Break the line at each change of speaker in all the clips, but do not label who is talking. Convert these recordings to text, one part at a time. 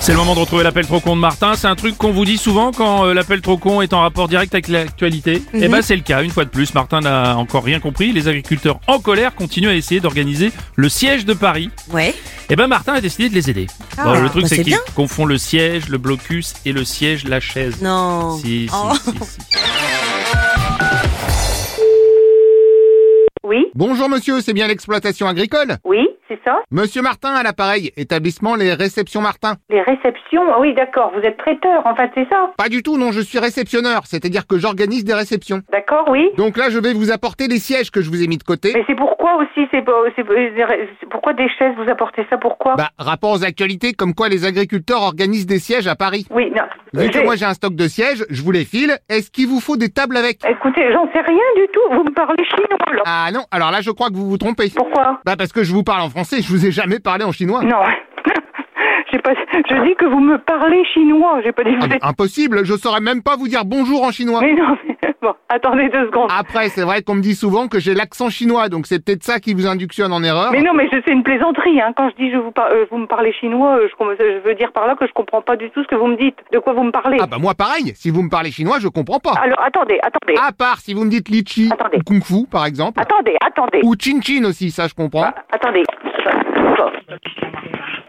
C'est le moment de retrouver l'appel trop con de Martin. C'est un truc qu'on vous dit souvent quand euh, l'appel trop con est en rapport direct avec l'actualité.
Mhm.
Et ben c'est le cas, une fois de plus. Martin n'a encore rien compris. Les agriculteurs en colère continuent à essayer d'organiser le siège de Paris.
Ouais.
Et ben Martin a décidé de les aider.
Ah,
le truc
bah,
c'est
c'est
qu'ils
bien.
confond le siège, le blocus et le siège, la chaise.
Non.
Si, si,
Oh.
si, si.
Oui,
Bonjour monsieur, c'est bien l'exploitation agricole
oui, c'est ça.
Monsieur Martin à l'appareil, établissement Les Réceptions Martin.
Les réceptions, ah oui, d'accord, vous êtes traiteur, en fait, c'est ça.
Pas du tout, non, je suis réceptionneur, c'est-à-dire que j'organise des réceptions.
D'accord, oui.
Donc là, je vais vous apporter les sièges que je vous ai mis de côté.
Mais c'est pourquoi aussi, c'est pas- c'est- c'est- pourquoi des chaises, vous apportez ça, pourquoi
Bah, rapport aux actualités, comme quoi les agriculteurs organisent des sièges à Paris.
Oui, non.
Vu que
j'ai-
moi j'ai un stock de sièges, je vous les file. Est-ce qu'il vous faut des tables avec
Écoutez, j'en sais rien du tout, vous me parlez chinois, là.
Ah non, alors là je crois que vous vous trompez.
Pourquoi
Bah parce que je vous parle en français, je vous ai jamais parlé en chinois.
Non, j'ai pas... je dis que vous me parlez chinois, j'ai pas dit
Ah,
vous
mais
êtes...
impossible, je saurais même pas vous dire bonjour en chinois.
Mais non, mais... bon, attendez deux secondes.
Après, c'est vrai qu'on me dit souvent que j'ai l'accent chinois, donc c'est peut-être ça qui vous inductionne en erreur.
Mais non, mais je- c'est une plaisanterie. Hein. Quand je dis je vous, par- euh, vous me parlez chinois, euh, je, com- je veux dire par là que je comprends pas du tout ce que vous me dites. De quoi vous me parlez
Ah bah moi pareil, si vous me parlez chinois, je comprends pas.
Alors attendez, attendez,
À part si vous me dites litchi
Attendez.
ou kung fu par exemple,
attendez, attendez. Ah.
ou chin chin aussi, ça je comprends.
Attendez.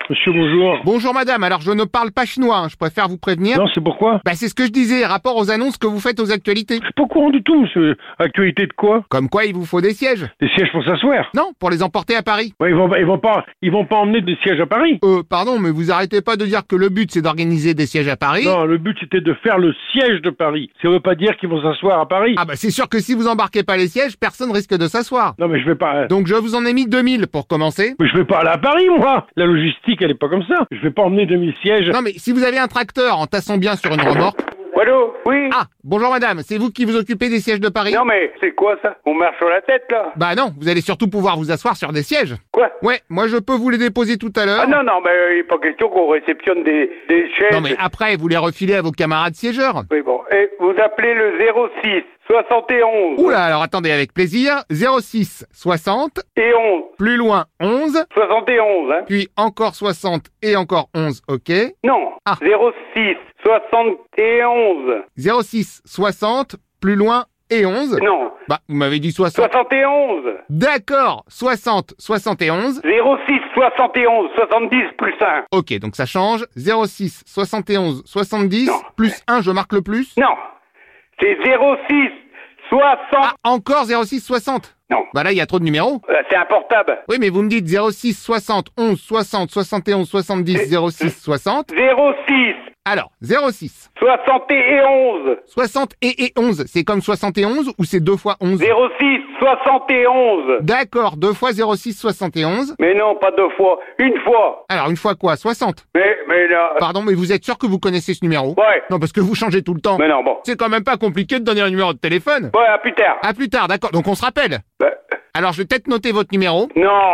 Monsieur, bonjour.
Bonjour madame, alors je ne parle pas chinois, hein, je préfère vous prévenir.
Non, c'est pourquoi
Bah c'est ce que je disais, rapport aux annonces que vous faites aux actualités.
Je suis pas au courant du tout, monsieur. Actualité de quoi
Comme quoi il vous faut des sièges.
Des sièges pour s'asseoir
Non, pour les emporter à Paris.
Ouais, ils, vont, pas- ils, vont pas, ils vont pas emmener des sièges à Paris.
Euh, pardon, mais vous arrêtez pas de dire que le but c'est d'organiser des sièges à Paris.
Non, le but c'était de faire le siège de Paris. Ça veut pas dire qu'ils vont s'asseoir à Paris.
Ah bah c'est sûr que si vous embarquez pas les sièges, personne risque de s'asseoir.
Non, mais je vais pas. euh,
Donc je vous en ai mis 2000 pour commencer.
Mais je vais pas aller à Paris, moi La logistique, elle est pas comme ça. Je vais pas emmener 2000 sièges.
Non mais si vous avez un tracteur en tassant bien sur une remorque.
Allô Oui
Ah, bonjour madame, c'est vous qui vous occupez des sièges de Paris
Non mais c'est quoi ça On marche sur la tête là
Bah non, vous allez surtout pouvoir vous asseoir sur des sièges.
Quoi
Ouais, moi je peux vous les déposer tout à l'heure.
Ah non non mais euh, il n'est pas question qu'on réceptionne des, des chaises.
Non, mais ah. après vous les refilez à vos camarades siégeurs.
Oui bon, et vous appelez le 06 71
Oula, alors attendez avec plaisir. 06 60,
et 11
plus loin 11,
71 hein
puis encore 60 et encore 11, ok.
Non,
Ah.
06 71
06 60, plus loin et 11.
Non,
Bah, vous m'avez dit 60.
71
D'accord, 60, 71.
06 71 70 plus 1
Ok, donc ça change. 06, 71, 70.
Non.
Plus 1, je marque le plus.
Non, c'est 06 60
Ah, encore 06, 60.
Non,
Bah là, il y a trop de numéros.
euh, c'est un portable.
Oui, mais vous me dites 06, 60, 11, 60, 71, 70,
Eh.
06, 60.
06
Alors, 06,
71
60 et, et 11. C'est comme 71 ou c'est 2 fois 11
06 71
D'accord, 2 fois 06, 71.
Mais non, pas deux fois, une fois.
Alors, une fois quoi 60.
Mais, mais là.
Pardon, mais vous êtes sûr que vous connaissez ce numéro
Ouais.
Non, parce que vous changez tout le temps.
Mais non, bon.
C'est quand même pas compliqué de donner un numéro de téléphone.
Ouais, à plus tard.
À plus tard, d'accord. Donc on se rappelle.
Bah,
Alors je vais peut-être noter votre numéro.
non.